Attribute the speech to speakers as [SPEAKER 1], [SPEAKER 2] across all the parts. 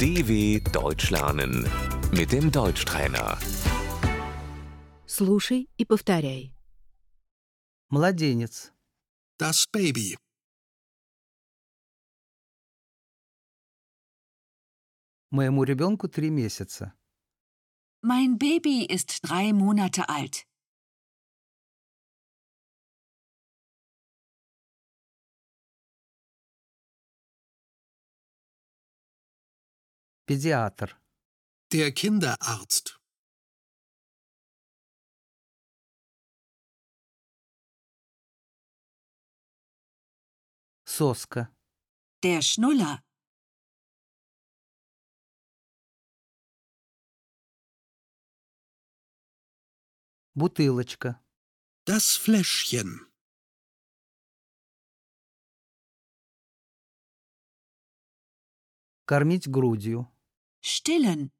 [SPEAKER 1] DW Deutsch lernen mit dem Deutschtrainer.
[SPEAKER 2] Слушай и повторяй.
[SPEAKER 3] Младенец.
[SPEAKER 4] Das Baby.
[SPEAKER 3] Моему ребенку три месяца.
[SPEAKER 5] Mein Baby ist drei Monate alt.
[SPEAKER 3] Педиатр.
[SPEAKER 4] Der Kinderarzt.
[SPEAKER 3] Соска.
[SPEAKER 5] Der Schnuller.
[SPEAKER 3] Бутылочка.
[SPEAKER 4] Das Fläschchen.
[SPEAKER 3] Кормить грудью.
[SPEAKER 5] Stillen.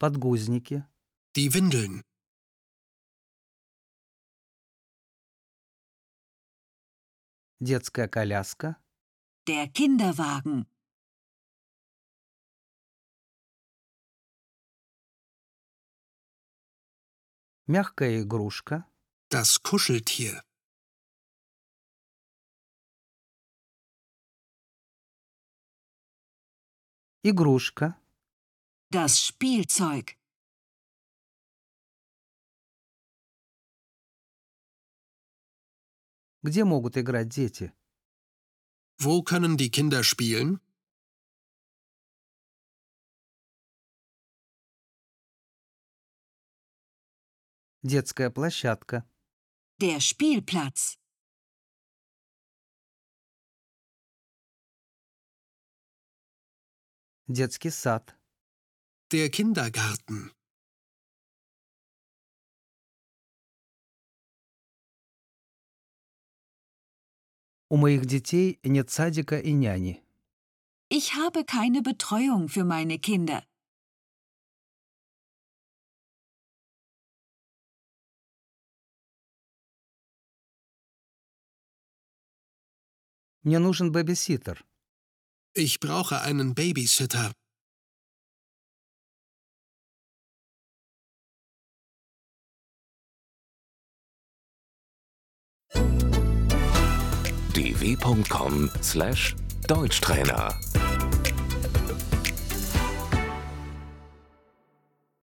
[SPEAKER 3] Подгузники.
[SPEAKER 4] Die Windeln.
[SPEAKER 3] Детская коляска.
[SPEAKER 5] Der Kinderwagen.
[SPEAKER 3] Мягкая игрушка.
[SPEAKER 4] Das Kuscheltier.
[SPEAKER 3] Игрушка.
[SPEAKER 5] Das Spielzeug.
[SPEAKER 3] Где могут играть дети?
[SPEAKER 4] Wo können die Kinder spielen?
[SPEAKER 3] Детская площадка.
[SPEAKER 5] Der Spielplatz.
[SPEAKER 3] Детский сад.
[SPEAKER 4] Der Kindergarten.
[SPEAKER 3] У моих детей нет садика и няни.
[SPEAKER 5] Ich habe keine Betreuung für meine Kinder.
[SPEAKER 3] Мне нужен бэбиситер.
[SPEAKER 4] Ich brauche einen Babysitter.
[SPEAKER 1] dw.com/deutschtrainer